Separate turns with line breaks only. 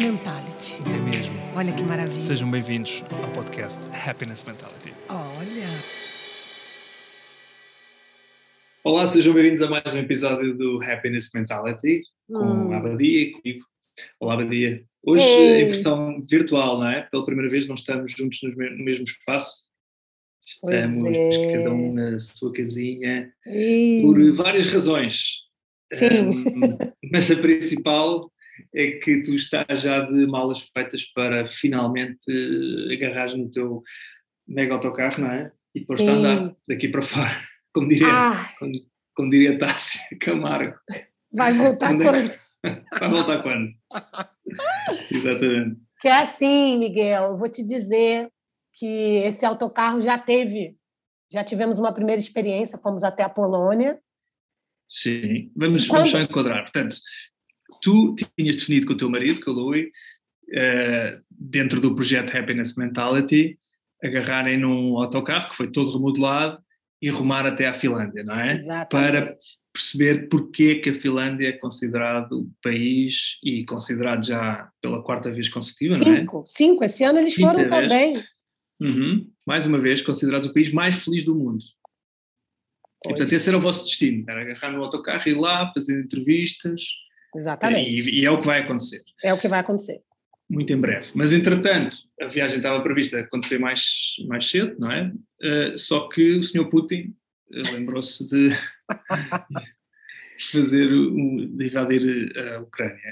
Mentality.
É mesmo.
Olha que maravilha.
Sejam bem-vindos ao podcast Happiness Mentality.
Olha.
Olá, sejam bem-vindos a mais um episódio do Happiness Mentality com
Hum.
a Abadia e comigo. Olá, Abadia. Hoje
Ei.
em versão virtual, não é? Pela primeira vez não estamos juntos no me- no mesmo espaço.
Pois
Estamos
é.
cada um na sua casinha
Ih,
por é, várias razões.
Sim.
Ahm, mas a principal é que tu estás já de malas feitas para finalmente agarrar no teu mega autocarro, não é? E pôr-te a
Sim.
andar daqui para fora, como diria,
Ah,
como diria Tássio Camargo.
vai voltar
Onde é
quando?
Vai voltar quando? Exatamente.
Que é assim, Miguel, eu vou te dizer que esse autocarro já teve. Já tivemos uma primeira experiência, fomos até a Polônia.
Sim. Vamos,
Quando-
vamos só enquadrar. Portanto, tu tinhas definido com o teu marido, com o Louis, eh, dentro do projeto Happiness Mentality, agarrarem num autocarro que foi todo remodelado e rumar até à Finlândia, não é?
Exatamente.
Perceber porque que a Finlândia é considerado o país e considerado já pela quarta vez consecutiva, não é?
Cinco, cinco. Esse ano eles
Quinta
foram
vez.
também.
Uhum. Mais uma vez, considerado o país mais feliz do mundo. E, portanto, Então, esse era o vosso destino, era agarrar no autocarro, ir lá, fazer entrevistas,
Exatamente.
e, e é o que vai acontecer,
É o que vai acontecer.
muito em breve. Mas, entretanto, a viagem estava prevista acontecer mais, mais cedo, não é? Eh, só que o senhor Putin eh, lembrou-se de fazer, um, de invadir eh, a Ucrânia.